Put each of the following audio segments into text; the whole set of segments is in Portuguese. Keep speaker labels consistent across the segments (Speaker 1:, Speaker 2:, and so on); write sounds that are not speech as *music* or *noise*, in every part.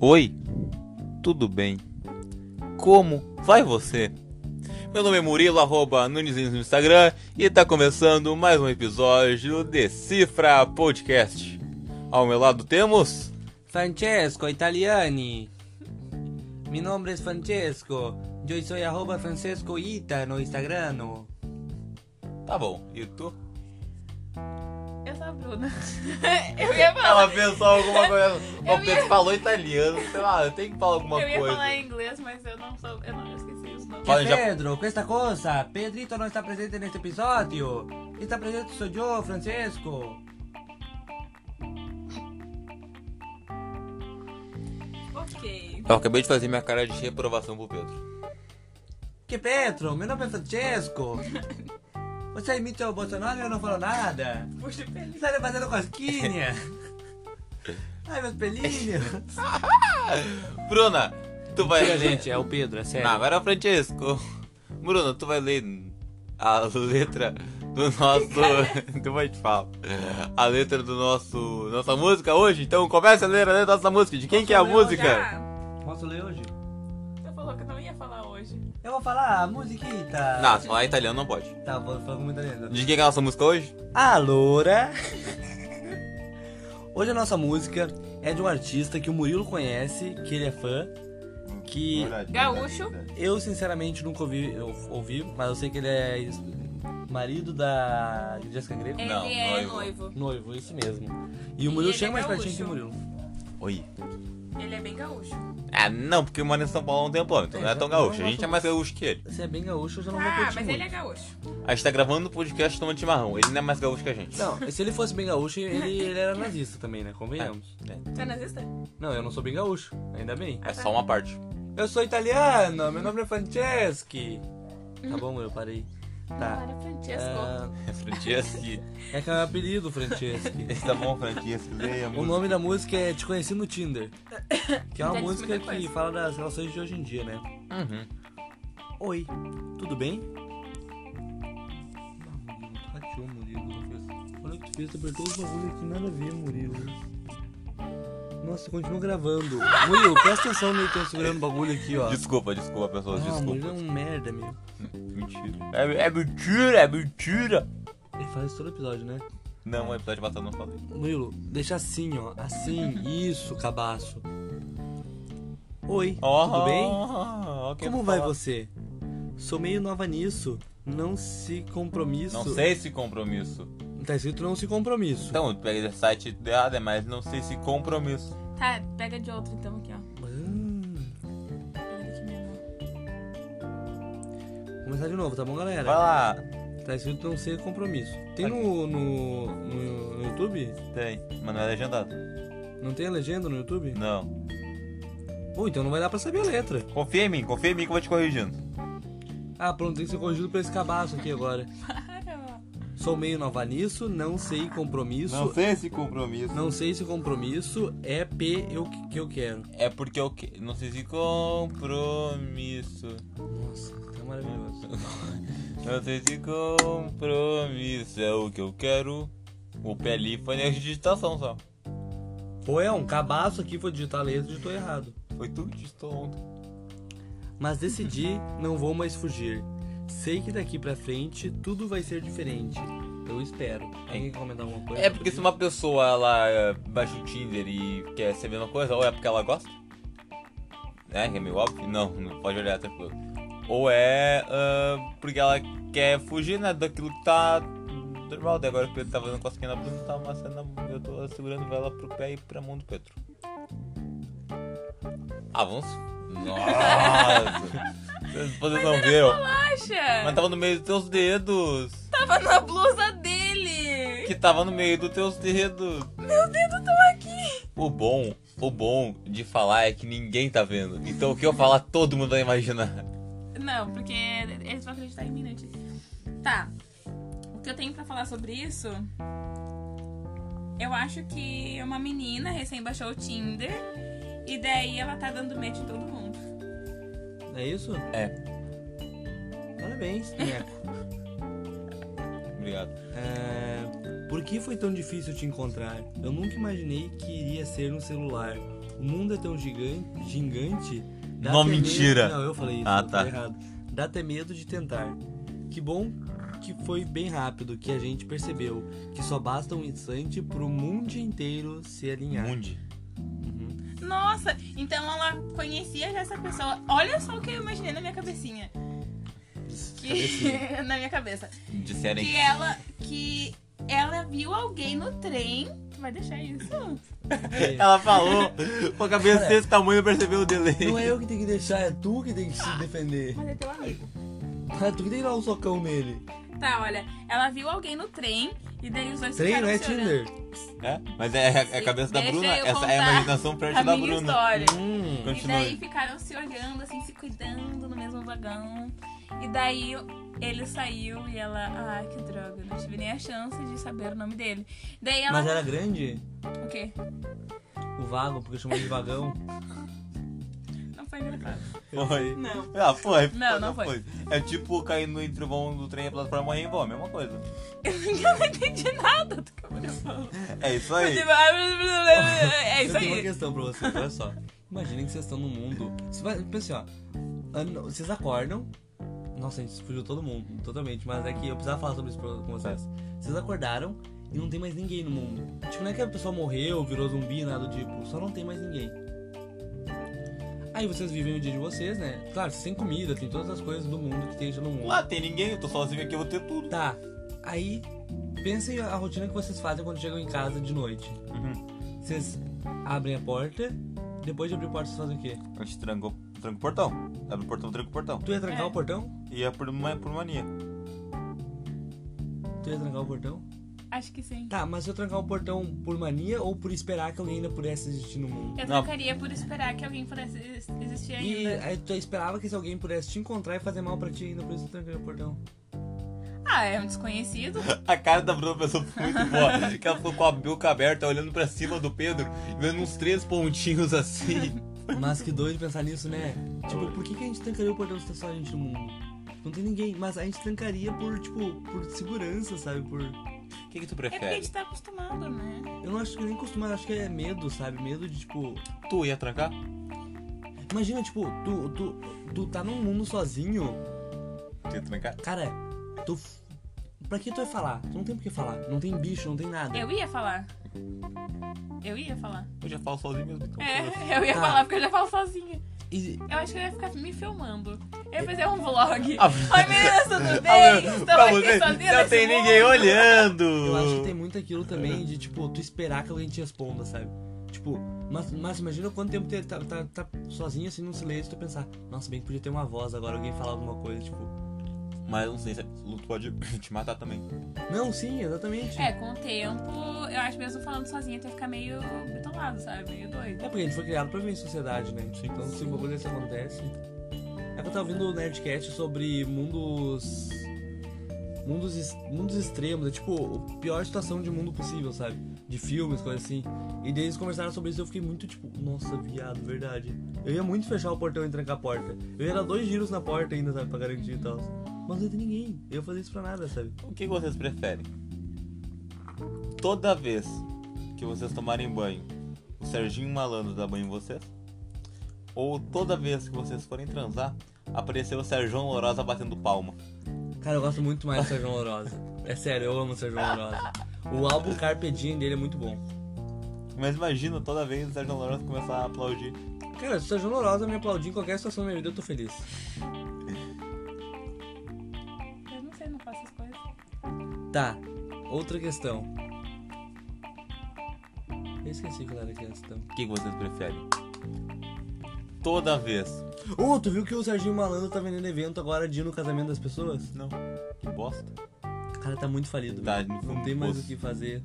Speaker 1: Oi, tudo bem? Como vai você? Meu nome é Murilo, arroba Nunes no Instagram e tá começando mais um episódio do Decifra Podcast. Ao meu lado temos.
Speaker 2: Francesco Italiani. Mi nombre es Francesco. Yo soy arroba Francesco Ita no Instagram.
Speaker 1: Tá bom, e tu?
Speaker 3: Eu sou a *laughs* Bruna. eu ia
Speaker 1: Ela
Speaker 3: falar.
Speaker 1: pensou
Speaker 2: *laughs*
Speaker 1: alguma coisa.
Speaker 3: Eu
Speaker 1: O Pedro
Speaker 3: ia-
Speaker 1: falou italiano, sei lá, eu tenho que falar alguma
Speaker 3: eu ia
Speaker 1: coisa.
Speaker 3: falar em inglês, mas eu não sou. Eu não esqueci os nomes.
Speaker 1: Fala em japonês.
Speaker 2: Pedro, questa cosa. Pedrito non sta presente neste episodio. Está presente sono io, Francesco.
Speaker 3: Ok.
Speaker 1: Eu acabei de fazer minha cara de reprovação pro Pedro.
Speaker 2: Che Pedro, meu nome é *laughs* Francesco. Você imita o Bolsonaro e eu não falo nada.
Speaker 3: Puxa feliz.
Speaker 2: Está fazendo *laughs* cosquinha. Ai, meus *laughs* pelinhos.
Speaker 1: Bruna, tu vai.
Speaker 2: é o Pedro, é sério.
Speaker 1: Não, agora é o Francesco. Bruno, tu vai ler a letra do nosso. *laughs* Depois te falo. A letra do nosso. Nossa música hoje? Então começa a ler a letra da nossa música. De quem que é a
Speaker 2: Posso ler
Speaker 1: música?
Speaker 3: Já.
Speaker 2: Posso ler hoje?
Speaker 3: Você falou que não ia falar hoje.
Speaker 2: Eu vou falar a musiquita.
Speaker 1: Não, se falar italiano não pode.
Speaker 2: Tá, vou falar com muita lenda.
Speaker 1: De quem que é a nossa música hoje?
Speaker 2: Alora! Ah, *laughs* Hoje a nossa música é de um artista que o Murilo conhece, que ele é fã, que
Speaker 3: Gaúcho.
Speaker 2: eu sinceramente nunca ouvi, eu ouvi mas eu sei que ele é es- marido da Jéssica Greco.
Speaker 3: Ele
Speaker 1: Não,
Speaker 3: é
Speaker 1: noivo.
Speaker 3: noivo.
Speaker 2: Noivo, isso mesmo. E o
Speaker 3: E
Speaker 2: Murilo
Speaker 3: ele é
Speaker 2: chega mais
Speaker 3: gaúcho.
Speaker 2: pertinho que o Murilo.
Speaker 1: Oi.
Speaker 3: Ele é bem gaúcho.
Speaker 1: Ah, não, porque eu moro em São Paulo há um tempão, então não é tão gaúcho. A gente é mais gaúcho que ele.
Speaker 2: Você é bem gaúcho, eu já não vou
Speaker 3: Ah,
Speaker 2: curtir
Speaker 3: mas
Speaker 2: muito.
Speaker 3: ele é gaúcho.
Speaker 1: A gente tá gravando o podcast tomando chimarrão. Ele não é mais gaúcho que a gente.
Speaker 2: Não, se ele fosse bem gaúcho, ele, ele era nazista também, né? Convenhamos.
Speaker 3: Tu é nazista?
Speaker 2: Não, eu não sou bem gaúcho, ainda bem.
Speaker 1: É só uma parte.
Speaker 2: Eu sou italiano, meu nome é Franceschi.
Speaker 3: Hum.
Speaker 2: Tá bom, eu parei. Tá.
Speaker 3: Para Francesco.
Speaker 2: Ah,
Speaker 1: É Francesco.
Speaker 2: É que é meu apelido, Franceschi.
Speaker 1: *laughs* Tá bom, Francesco. Leia a
Speaker 2: *laughs* O nome da música é Te Conheci no Tinder. Que é uma
Speaker 3: Já disse
Speaker 2: música
Speaker 3: muita
Speaker 2: que
Speaker 3: coisa.
Speaker 2: fala das relações de hoje em dia, né?
Speaker 1: Uhum.
Speaker 2: Oi, tudo bem? Ah, Murilo, rateou, Murilo. não fez- Olha o que tu fez, tu apertou os bagulho aqui, nada a ver, Murilo. Nossa, continua gravando. Murilo, presta atenção no que eu tô segurando o bagulho aqui, ó.
Speaker 1: Desculpa, desculpa, pessoas.
Speaker 2: Ah,
Speaker 1: Desculpa.
Speaker 2: Murilo é um merda, meu.
Speaker 1: Mentira. É, é mentira, é mentira.
Speaker 2: Ele faz isso todo episódio, né?
Speaker 1: Não, o episódio passado eu não falei.
Speaker 2: Murilo, deixa assim, ó. Assim, isso, cabaço. Oi,
Speaker 1: Ah,
Speaker 2: tudo bem? Como vai você? Sou meio nova nisso. Não se compromisso.
Speaker 1: Não sei se compromisso.
Speaker 2: Tá escrito não se compromisso.
Speaker 1: Então, eu peguei o site dela, mas não sei se compromisso.
Speaker 3: Tá, pega de outro então aqui, ó.
Speaker 2: Ah,
Speaker 3: Olha que menor.
Speaker 2: vou começar de novo, tá bom, galera?
Speaker 1: Vai lá. Tá
Speaker 2: Tá escrito não ser compromisso. Tem no, no, no, no YouTube?
Speaker 1: Tem. Mas não é legendado.
Speaker 2: Não tem a legenda no YouTube?
Speaker 1: Não.
Speaker 2: Pô, então não vai dar pra saber a letra.
Speaker 1: Confia em mim, confia em mim que eu vou te corrigindo.
Speaker 2: Ah, pronto, tem que ser corrigido por esse cabaço aqui agora.
Speaker 3: Para.
Speaker 2: Sou meio nova nisso, não sei compromisso.
Speaker 1: sei se compromisso.
Speaker 2: Não sei se compromisso é P eu, que eu quero.
Speaker 1: É porque eu que... não sei se compromisso.
Speaker 2: Nossa, tá maravilhoso.
Speaker 1: Não sei se compromisso é o que eu quero. O P ali foi na digitação só.
Speaker 2: Pô, é um cabaço aqui, foi digitar a letra e digitou errado.
Speaker 1: Foi tudo que digitou ontem.
Speaker 2: Mas decidi, não vou mais fugir. Sei que daqui pra frente tudo vai ser diferente. Eu espero. Alguém quer comentar alguma coisa?
Speaker 1: É porque se uma pessoa ela é, baixa o Tinder e quer ser a mesma coisa, ou é porque ela gosta. Né? Que é meio óbvio. Não, não pode olhar tranquilo. Ou é ah, porque ela quer fugir, né? Daquilo que tá normal. Daí agora o Pedro tá fazendo cosquinha na bunda, tá amassando. a- Eu tô segurando ela pro pé e pra mão do Pedro. Ah, vamos. Nossa! Vocês vocês não viram.
Speaker 3: Acha?
Speaker 1: Mas tava no meio dos teus dedos.
Speaker 3: Tava na blusa dele.
Speaker 1: Que tava no meio dos teus dedos.
Speaker 3: Meus dedos estão tá aqui.
Speaker 1: O bom, o bom de falar é que ninguém tá vendo. Então o que eu falar, todo mundo vai imaginar. *laughs*
Speaker 3: Não, porque eles vão acreditar em mim, né? Titi? Tá. O que eu tenho pra falar sobre isso? Eu acho que uma menina recém baixou o Tinder e daí ela tá dando match em todo mundo.
Speaker 2: É isso?
Speaker 1: É.
Speaker 2: Parabéns, Neco.
Speaker 1: Obrigado.
Speaker 2: É, Por que foi tão difícil te encontrar? Eu nunca imaginei que iria ser no celular. O O mundo é tão gigante. gigante dá
Speaker 1: Não,
Speaker 2: até medo-
Speaker 1: mentira.
Speaker 2: Não, eu falei isso.
Speaker 1: Ah,
Speaker 2: eu falei
Speaker 1: tá.
Speaker 2: errado. Dá até medo de tentar. Que bom que foi bem rápido que a gente percebeu que só basta um instante pro mundo inteiro se alinhar.
Speaker 1: Mundi.
Speaker 2: Uhum.
Speaker 3: Nossa, então ela conhecia já essa pessoa. Olha só o que eu imaginei na minha cabecinha. *laughs*
Speaker 2: Cabecinha.
Speaker 3: Que, na minha cabeça.
Speaker 1: Disseram
Speaker 3: Que ela. Que ela viu alguém no trem. Tu vai deixar isso?
Speaker 1: *laughs*
Speaker 2: Porque
Speaker 1: Ela falou com a cabeça desse tamanho eu percebeu o delay.
Speaker 2: Não é eu que tenho que deixar, é tu que tem que se defender.
Speaker 3: Mas é teu amigo.
Speaker 2: É tu que tem que dar um socão nele.
Speaker 3: Tá, olha. Ela viu alguém no trem. E daí os dois
Speaker 2: Trem
Speaker 3: ficaram
Speaker 2: não é
Speaker 3: se olhando.
Speaker 2: Tinder.
Speaker 1: É, mas é, é a cabeça da
Speaker 3: Deixa
Speaker 1: Bruna.
Speaker 3: eu
Speaker 1: Essa é a
Speaker 3: contar
Speaker 1: imaginação
Speaker 3: A
Speaker 1: fértil da
Speaker 3: minha
Speaker 1: Bruna.
Speaker 3: história.
Speaker 2: Hum.
Speaker 3: E
Speaker 1: Continue.
Speaker 3: daí ficaram se olhando, assim, se cuidando no mesmo vagão. E daí ele saiu e ela, ah, que droga, não tive nem a chance de saber o nome dele. Daí ela.
Speaker 2: Mas era grande
Speaker 3: O quê?
Speaker 2: o vago, porque chamou de vagão.
Speaker 3: Não foi engraçado.
Speaker 1: Foi.
Speaker 3: Não.
Speaker 1: Ah, foi.
Speaker 3: Não, não foi.
Speaker 1: É tipo caindo entre o vão do trem e a plataforma rainbow, mesma coisa.
Speaker 3: *laughs* Eu não entendi nada do que eu Tipo, falando.
Speaker 1: É isso aí.
Speaker 3: É isso
Speaker 2: eu tenho uma
Speaker 3: aí.
Speaker 2: questão pra vocês, olha só. Imaginem que vocês estão no mundo. Você vai, pensa assim, ó. ano- Vocês acordam. Nossa, a gente fugiu todo mundo, totalmente. Mas é que eu precisava falar sobre isso pra- com vocês. Vocês acordaram e não tem mais ninguém no mundo. Tipo, não é que a pessoa morreu, virou zumbi, nada do tipo. Só não tem mais ninguém. Aí vocês vivem o dia de vocês, né? Claro, sem comida, tem todas as coisas do mundo que tem no mundo.
Speaker 1: Lá tem ninguém, eu tô sozinho aqui, eu vou ter tudo.
Speaker 2: Tá. Aí, pensem a rotina que vocês fazem quando chegam em casa de noite.
Speaker 1: Uhum.
Speaker 2: Vocês abrem a porta, depois de abrir a porta vocês fazem o quê?
Speaker 1: A gente trancou, tranca o portão. Abre o portão, tranca o portão.
Speaker 2: Tu ia trancar
Speaker 3: É.
Speaker 2: o portão?
Speaker 1: E é por, ma- por mania. *laughs*
Speaker 2: Tu ia trancar o portão?
Speaker 3: Acho que sim.
Speaker 2: Tá, mas se eu trancar o portão por mania ou por esperar que alguém ainda pudesse existir no mundo?
Speaker 3: Eu
Speaker 1: Não.
Speaker 3: trocaria por esperar que alguém pudesse ex- existir
Speaker 2: E
Speaker 3: É ainda.
Speaker 2: aí tu esperava que se alguém pudesse te encontrar e fazer mal pra ti ainda, por isso tu trancaria o portão.
Speaker 3: Ah, é um desconhecido?
Speaker 1: A cara da Bruna pensou foi muito boa. Que ela ficou com a boca aberta, olhando pra cima do Pedro, vendo uns três pontinhos assim.
Speaker 2: *laughs* Mas que doido pensar nisso, né? Tipo, por que, que a gente trancaria o portão se tem só a gente no mundo? Não tem ninguém, mas a gente trancaria por, tipo, por segurança, sabe? Por...
Speaker 1: O que, que tu *laughs*
Speaker 3: É porque a
Speaker 1: prefere?
Speaker 3: gente tá acostumado, né?
Speaker 2: Eu não acho que nem costuma, acho que é medo, sabe? Medo de, tipo,
Speaker 1: Tu ia trancar?
Speaker 2: Imagina, tipo, tu, tu, tu tá num mundo sozinho,
Speaker 1: Tu ia trancar?
Speaker 2: cara, tu. Pra que tu vai falar? Tu não tem por que falar. Não tem bicho, não tem nada.
Speaker 3: Eu ia falar. Eu ia falar.
Speaker 1: Eu já falo sozinho mesmo. Então, foda-se.
Speaker 3: É, eu ia
Speaker 2: Ah.
Speaker 3: falar porque eu já falo sozinha.
Speaker 2: E-
Speaker 3: Eu acho que eu ia ficar me filmando. Eu ia fazer um vlog.
Speaker 1: Ah,
Speaker 3: Oi meninas, tudo
Speaker 1: *laughs* Ah,
Speaker 3: *laughs* bem? Estamos
Speaker 1: pra
Speaker 3: aqui
Speaker 1: você,
Speaker 3: sozinhas
Speaker 1: não
Speaker 3: nesse
Speaker 1: tem ninguém
Speaker 3: mundo.
Speaker 1: olhando.
Speaker 2: eu acho que tem muito aquilo também de, tipo, tu esperar que alguém te responda, sabe? Tipo, mas, mas imagina quanto tempo tu tá, tá, tá sozinho assim num silêncio tu pensar, nossa, bem que podia ter uma voz agora, alguém falar alguma coisa, tipo.
Speaker 1: Mas não sei se luto pode *laughs* te matar também.
Speaker 2: Não, sim, exatamente.
Speaker 3: É, com o tempo, eu acho mesmo falando sozinha, tu ia ficar meio bitolado, sabe? Meio doido.
Speaker 2: É porque a gente foi criado pra viver em sociedade, né? Então, se o bagulho desse acontece. É que eu tava ouvindo o Nerdcast sobre mundos. Mundos, es- mundos extremos, é tipo a pior situação de mundo possível, sabe? De filmes, coisa assim. E daí eles conversaram sobre isso e eu fiquei muito tipo, nossa, viado, verdade. Eu ia muito fechar o portão e trancar a porta. Eu ia dar dois giros na porta ainda, sabe, pra garantir e tal. Mas não tem ninguém, eu ia fazer isso pra nada, sabe?
Speaker 1: O que vocês preferem? Toda vez que vocês tomarem banho, o Serginho Malandro dá banho em vocês? Ou toda vez que vocês forem transar, apareceu o Sérgio Lourosa batendo palma?
Speaker 2: Cara, eu gosto muito mais do Sérgio Lourosa. É sério, eu amo o Sérgio *laughs* Lourosa. O álbum Carpe Diem dele é muito bom.
Speaker 1: Mas imagina toda vez o Sérgio Lourosa começar a aplaudir.
Speaker 2: Cara, se a Jonorosa me aplaudir em qualquer situação da minha vida, eu tô feliz.
Speaker 3: Eu não sei, não faço as coisas.
Speaker 2: Tá, outra questão. Eu esqueci qual era a questão.
Speaker 1: O que vocês preferem? Toda vez.
Speaker 2: Ô, tu viu que o Serginho Malandro tá vendendo evento agora de ir no casamento das pessoas?
Speaker 1: Não. Que bosta.
Speaker 2: O cara tá muito falido.
Speaker 1: Tá,
Speaker 2: velho.
Speaker 1: no fundo
Speaker 2: não tem
Speaker 1: do
Speaker 2: mais o
Speaker 1: poço.
Speaker 2: que fazer.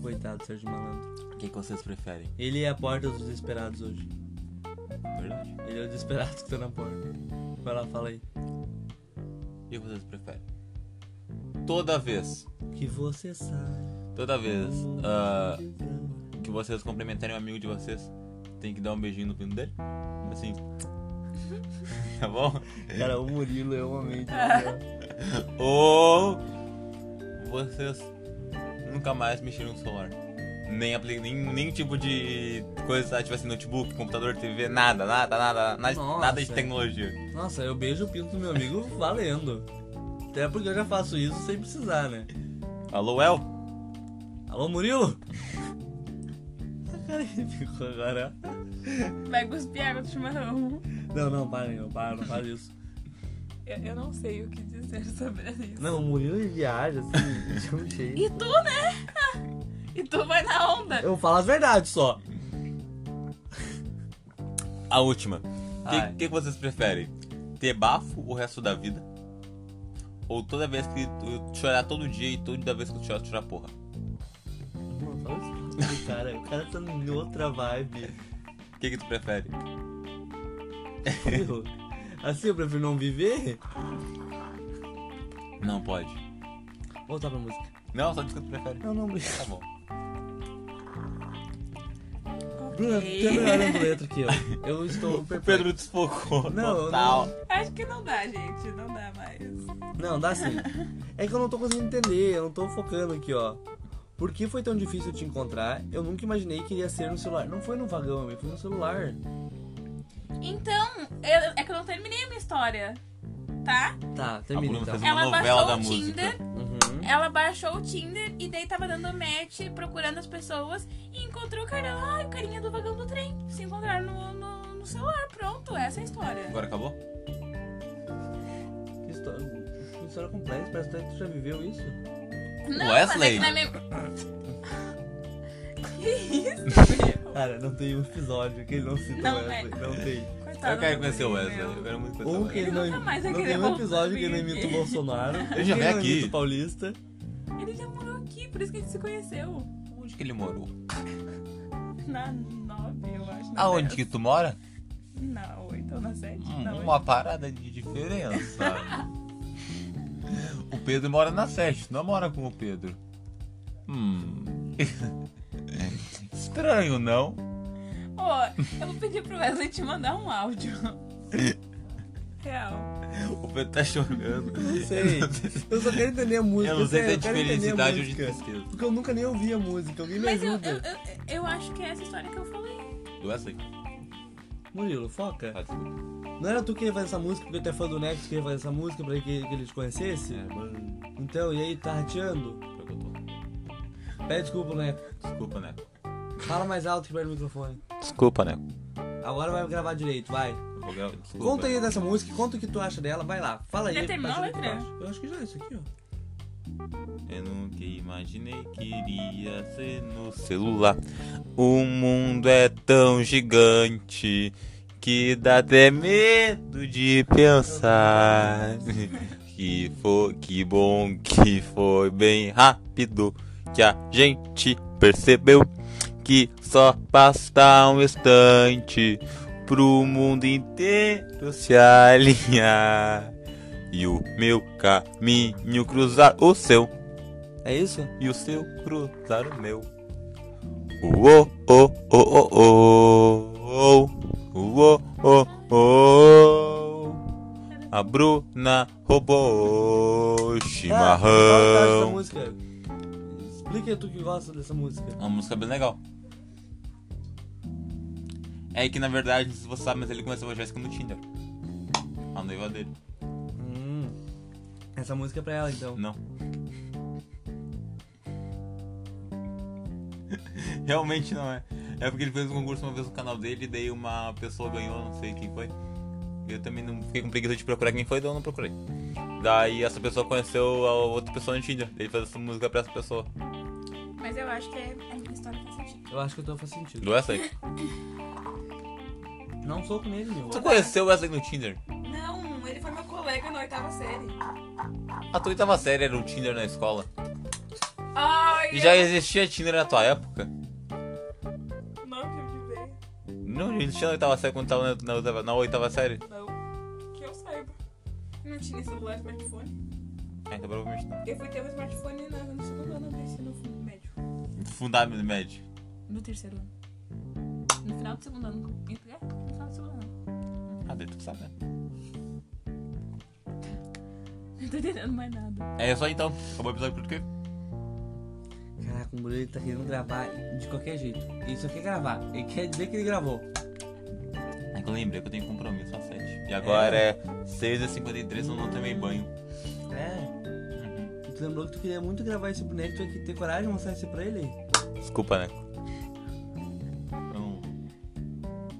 Speaker 2: Coitado do Serginho Malandro.
Speaker 1: O que, que vocês preferem?
Speaker 2: Ele é a porta dos desesperados hoje.
Speaker 1: Verdade.
Speaker 2: Ele é o desesperado *laughs* que tá na porta. Vai lá, fala aí.
Speaker 1: O que vocês preferem? Toda vez.
Speaker 2: Que você sabe.
Speaker 1: Toda vez. ah,
Speaker 2: Não,
Speaker 1: que vocês cumprimentarem um amigo de vocês, tem que dar um beijinho no pino dele? Assim. *laughs* tá bom?
Speaker 2: Cara, o Murilo é uma mente.
Speaker 1: Ou vocês nunca mais mexeram no celular. Nem, apli- nem, nem tipo de coisa, tipo assim, notebook, computador, TV, nada, nada, nada, nada,
Speaker 2: Nossa.
Speaker 1: nada de tecnologia.
Speaker 2: Nossa, eu beijo o pinto do meu amigo valendo. Até porque eu já faço isso sem precisar, né?
Speaker 1: Alô, El?
Speaker 2: Alô, Murilo? A cara que ficou agora.
Speaker 3: Vai cuspir água do chimarrão.
Speaker 2: Não, não, parem, não, para, não faz isso.
Speaker 3: Eu, eu não sei o que dizer sobre isso.
Speaker 2: Não, o Murilo ele viaja, assim, de um jeito.
Speaker 3: E tu, né? *laughs* E tu vai na onda.
Speaker 2: Eu falo as verdades só.
Speaker 1: A última. O que,
Speaker 2: Ai.
Speaker 1: que que vocês preferem? Ter bafo o resto da vida? Ou toda vez que tu chorar todo dia e toda vez que tu chorar, tu chorar porra?
Speaker 2: Mano, fala isso tudo, cara. O cara tá em outra vibe.
Speaker 1: O que, que tu prefere?
Speaker 2: Meu, Assim eu prefiro não viver?
Speaker 1: Não pode.
Speaker 2: Voltar pra música.
Speaker 1: Não, só diz que tu prefere.
Speaker 2: Não, não, Bruno,
Speaker 1: Tá bom.
Speaker 2: Bruno, tu é melhor lendo letra que eu. Eu estou
Speaker 1: O
Speaker 2: perfeito.
Speaker 1: Pedro desfocou.
Speaker 2: Não,
Speaker 1: total.
Speaker 3: *laughs* Acho que não dá, gente. Não dá mais.
Speaker 2: Não, dá sim. É que eu não tô conseguindo entender, eu não tô focando aqui, ó. Por que foi tão difícil te encontrar? Eu nunca imaginei que iria ser no celular. Não foi no vagão, amigo, foi no celular.
Speaker 3: Então, eu- é que eu não terminei a minha história. Tá?
Speaker 2: Tá, termina
Speaker 1: Bruno
Speaker 2: então.
Speaker 1: fez- Uma
Speaker 3: Ela
Speaker 1: novela
Speaker 3: baixou
Speaker 1: da
Speaker 3: o
Speaker 1: música.
Speaker 3: Tinder.
Speaker 2: Uhum.
Speaker 3: Ela baixou o Tinder e daí tava dando match, procurando as pessoas e encontrou o cara lá, ai, o carinha do vagão do trem. Se encontraram no, no- no celular, pronto, essa é a história.
Speaker 1: Agora acabou?
Speaker 2: Que história, que história complexa, parece que tu já viveu isso.
Speaker 3: Não,
Speaker 1: Wesley? *laughs*
Speaker 3: mas é que na minha... Que isso, meu?
Speaker 2: Cara, não tem um episódio que ele não cita
Speaker 3: Não,
Speaker 2: o Wesley.
Speaker 3: é.
Speaker 2: Tá, Não tem.
Speaker 3: Coitado
Speaker 1: eu quero
Speaker 3: do
Speaker 1: conhecer o
Speaker 3: guri,
Speaker 1: Wesley.
Speaker 3: meu.
Speaker 1: Eu quero muito conhecer
Speaker 2: Um
Speaker 1: o
Speaker 2: que ele
Speaker 1: Wesley.
Speaker 2: não,
Speaker 3: Nunca mais vai
Speaker 2: não
Speaker 3: querer
Speaker 2: tem um
Speaker 3: voltar
Speaker 2: episódio que ele não
Speaker 3: comigo.
Speaker 2: imita o Bolsonaro.
Speaker 1: *laughs* Ele já
Speaker 2: um que
Speaker 1: veio
Speaker 2: não
Speaker 1: aqui.
Speaker 2: imita
Speaker 1: *laughs*
Speaker 2: o paulista.
Speaker 3: Ele já morou aqui, por isso que a gente se conheceu.
Speaker 1: Onde que ele morou?
Speaker 3: Na 9, eu acho. na
Speaker 1: Aonde
Speaker 3: dez.
Speaker 1: que tu mora?
Speaker 3: Na 8 ou na 7.
Speaker 1: Hum,
Speaker 2: é
Speaker 3: na
Speaker 1: uma
Speaker 3: oito.
Speaker 1: parada de
Speaker 2: *laughs*
Speaker 1: diferença. o Pedro mora na sede, tu não mora com o Pedro. Hum. *laughs* Estranho, não?
Speaker 3: Ô, eu vou pedir pro Wesley te mandar
Speaker 1: *laughs*
Speaker 3: um áudio. Real.
Speaker 1: O Pedro tá chorando. *laughs*
Speaker 2: Não sei. Eu só quero entender a música.
Speaker 1: Eu não sei se é
Speaker 2: sério,
Speaker 1: de
Speaker 2: quero entender a
Speaker 1: felicidade ou de
Speaker 2: música.
Speaker 1: tristeza.
Speaker 2: Porque eu nunca nem ouvi a música. Alguém me
Speaker 3: Mas eu,
Speaker 2: ajuda.
Speaker 3: eu, eu, eu acho que é essa história que eu falei.
Speaker 1: Do essa aí.
Speaker 2: Murilo, foca.
Speaker 1: tá,
Speaker 2: Não era tu que ia fazer essa música porque tu é fã do Next que ia fazer essa música pra que, que ele te conhecesse? Então, e aí, tá rateando? Pede desculpa, né?
Speaker 1: Desculpa, né?
Speaker 2: Fala mais alto que perde o microfone.
Speaker 1: Desculpa, né?
Speaker 2: Agora vai gravar direito, vai.
Speaker 1: Desculpa.
Speaker 2: Conta aí dessa música, conta o que tu acha dela, vai lá. Fala aí.
Speaker 3: Já terminou a
Speaker 2: faz o que tu
Speaker 3: letra?
Speaker 2: acha. Eu acho que já é isso aqui, ó.
Speaker 1: Eu nunca imaginei que iria ser no celular. O mundo é tão gigante que dá até medo de pensar. *laughs* Que foi, que bom que foi bem rápido que a gente percebeu que só basta um instante pro mundo inteiro se alinhar. E o meu caminho cruzar o seu
Speaker 2: É isso?
Speaker 1: e o seu cruzar o meu. Uou, oh, oh, oh, oh, oh. Uou, oh, oh. A Bruna roubou o
Speaker 2: Ah, tu gosta dessa
Speaker 1: chimarrão.
Speaker 2: música. Explica tu que gosta dessa música.
Speaker 1: Uma música bem legal. É que na verdade, não sei se você sabe, mas ele conheceu a Jéssica no Tinder. A noiva dele.
Speaker 2: Hum. Essa música é pra ela, então.
Speaker 1: Não. Realmente não é. É porque ele fez um concurso uma vez no canal dele, daí uma pessoa ganhou, não sei quem foi. Eu também não fiquei com preguiça de procurar quem foi, daí eu não procurei. Daí essa pessoa conheceu a outra pessoa no Tinder. Ele fez essa música pra essa pessoa.
Speaker 3: Mas eu acho que é a minha história que faz sentido.
Speaker 2: Eu acho que eu tô faz sentido.
Speaker 1: Do Wesley.
Speaker 2: Não Tá sou com ele, meu.
Speaker 1: Tu conheceu o Wesley no Tinder?
Speaker 3: Não, ele foi meu colega na oitava série.
Speaker 1: A tua oitava série era o Tinder na escola.
Speaker 3: Ai,
Speaker 1: E já existia Tinder na tua época?
Speaker 3: eu não tive de ver.
Speaker 1: Não, existia na oitava série quando tava na- na oitava- na oitava série.
Speaker 3: Não. Que eu saiba. Não tinha celular, smartphone.
Speaker 1: Ah, Então provavelmente não.
Speaker 3: Eu fui ter um smartphone na- no segundo ano do ensino médio.
Speaker 1: Fundamento médio.
Speaker 3: No terceiro ano. No final do segundo ano. É, no final do segundo ano. *laughs*
Speaker 1: Ah, daí tu que sabe, né?
Speaker 3: Não tô entendendo mais nada.
Speaker 1: É isso aí então. Acabou o episódio por quê?
Speaker 2: Caraca, o Murilo ele tá querendo gravar de qualquer jeito. Ele só quer gravar. Ele quer dizer que ele gravou.
Speaker 1: É que eu lembrei que eu tenho compromisso às 7. E agora é, 6h53, eu não tomei banho.
Speaker 2: É. E tu lembrou que tu queria muito gravar esse boneco, tu ia que ter coragem de mostrar isso pra ele?
Speaker 1: Desculpa, né? Então,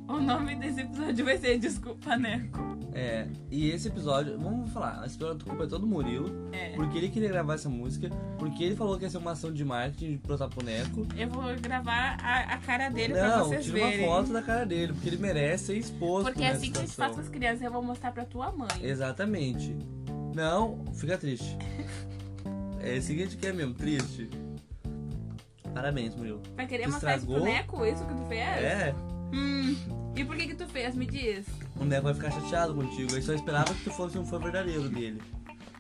Speaker 3: O nome desse episódio vai ser Desculpa, Neco.
Speaker 2: É. E esse episódio, vamos falar, esse episódio culpa é todo Murilo,
Speaker 3: É.
Speaker 2: porque ele queria gravar essa música, porque ele falou que ia ser uma ação de marketing de protaponeco.
Speaker 3: Eu vou gravar a, a cara dele pra
Speaker 2: Não,
Speaker 3: vocês
Speaker 2: tira uma
Speaker 3: verem.
Speaker 2: foto da cara dele, porque ele merece ser exposto.
Speaker 3: Porque
Speaker 2: nessa
Speaker 3: assim que a gente faz
Speaker 2: Né, situação.
Speaker 3: com as crianças, eu vou mostrar pra tua mãe.
Speaker 2: Exatamente. Não, fica triste. É isso que a gente quer mesmo, triste. Parabéns, Murilo.
Speaker 3: Vai querer
Speaker 2: Tu
Speaker 3: mostrar esse
Speaker 2: É, estragou?
Speaker 3: boneco? Isso que tu fez?
Speaker 2: É,
Speaker 3: Hum. E por que que tu fez? Me diz.
Speaker 2: o Neco vai ficar chateado contigo. Ele só esperava que tu fosse um fã verdadeiro dele.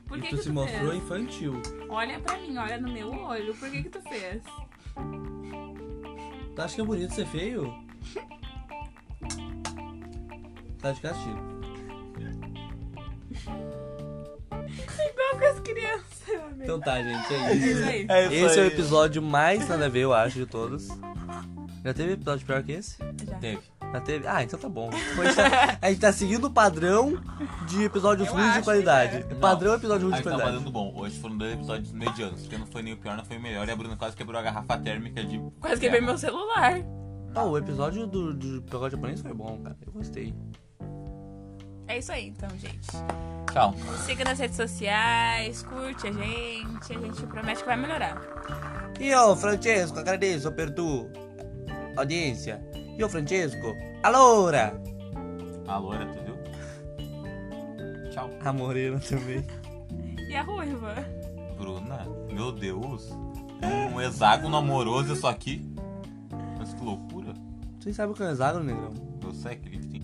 Speaker 3: Por
Speaker 2: e
Speaker 3: que
Speaker 2: tu
Speaker 3: que
Speaker 2: se
Speaker 3: tu
Speaker 2: mostrou
Speaker 3: fez?
Speaker 2: infantil.
Speaker 3: Olha pra mim, olha no meu olho. Por que que tu fez?
Speaker 2: Tu acha que é bonito ser feio? Tá de castigo.
Speaker 3: Igual com as crianças, meu amigo.
Speaker 2: Então tá, gente, é isso.
Speaker 3: Isso aí.
Speaker 1: *laughs* É isso
Speaker 2: Esse é o
Speaker 1: aí.
Speaker 2: episódio mais nada a ver, eu acho, de todos. Já teve episódio pior que esse?
Speaker 3: Já.
Speaker 1: Teve.
Speaker 2: Já teve? Ah, então tá bom. A
Speaker 1: *laughs*
Speaker 2: gente tá, a gente tá seguindo o padrão de episódios
Speaker 3: Eu
Speaker 2: ruins
Speaker 3: acho
Speaker 2: de
Speaker 3: que
Speaker 2: qualidade.
Speaker 1: né? Não.
Speaker 2: Padrão é episódio ruim
Speaker 1: Aí
Speaker 2: de
Speaker 1: tá
Speaker 2: qualidade.
Speaker 1: fazendo bom. Hoje foram dois episódios medianos, porque não foi nem o pior, não foi o melhor. E a Bruna quase quebrou a garrafa térmica de.
Speaker 3: Quase quebrei
Speaker 2: É.
Speaker 3: meu celular.
Speaker 2: Ah, o episódio do, do pacote japonês foi bom, cara. Eu gostei.
Speaker 3: É isso aí, então, gente.
Speaker 1: Tchau.
Speaker 3: Siga nas redes sociais, curte a gente. A gente promete que vai melhorar.
Speaker 2: E eu, Francesco, agradeço per tua audiência. E eu, Francesco, allora!
Speaker 1: A loira, tu viu? Tchau.
Speaker 2: A Morena também.
Speaker 3: E a ruiva?
Speaker 1: Bruna, meu Deus. Um hexágono amoroso isso aqui. Mas que loucura.
Speaker 2: Vocês sabem o que é um hexágono, negrão?
Speaker 1: Eu sei que ele tem.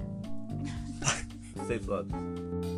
Speaker 2: Seis lados.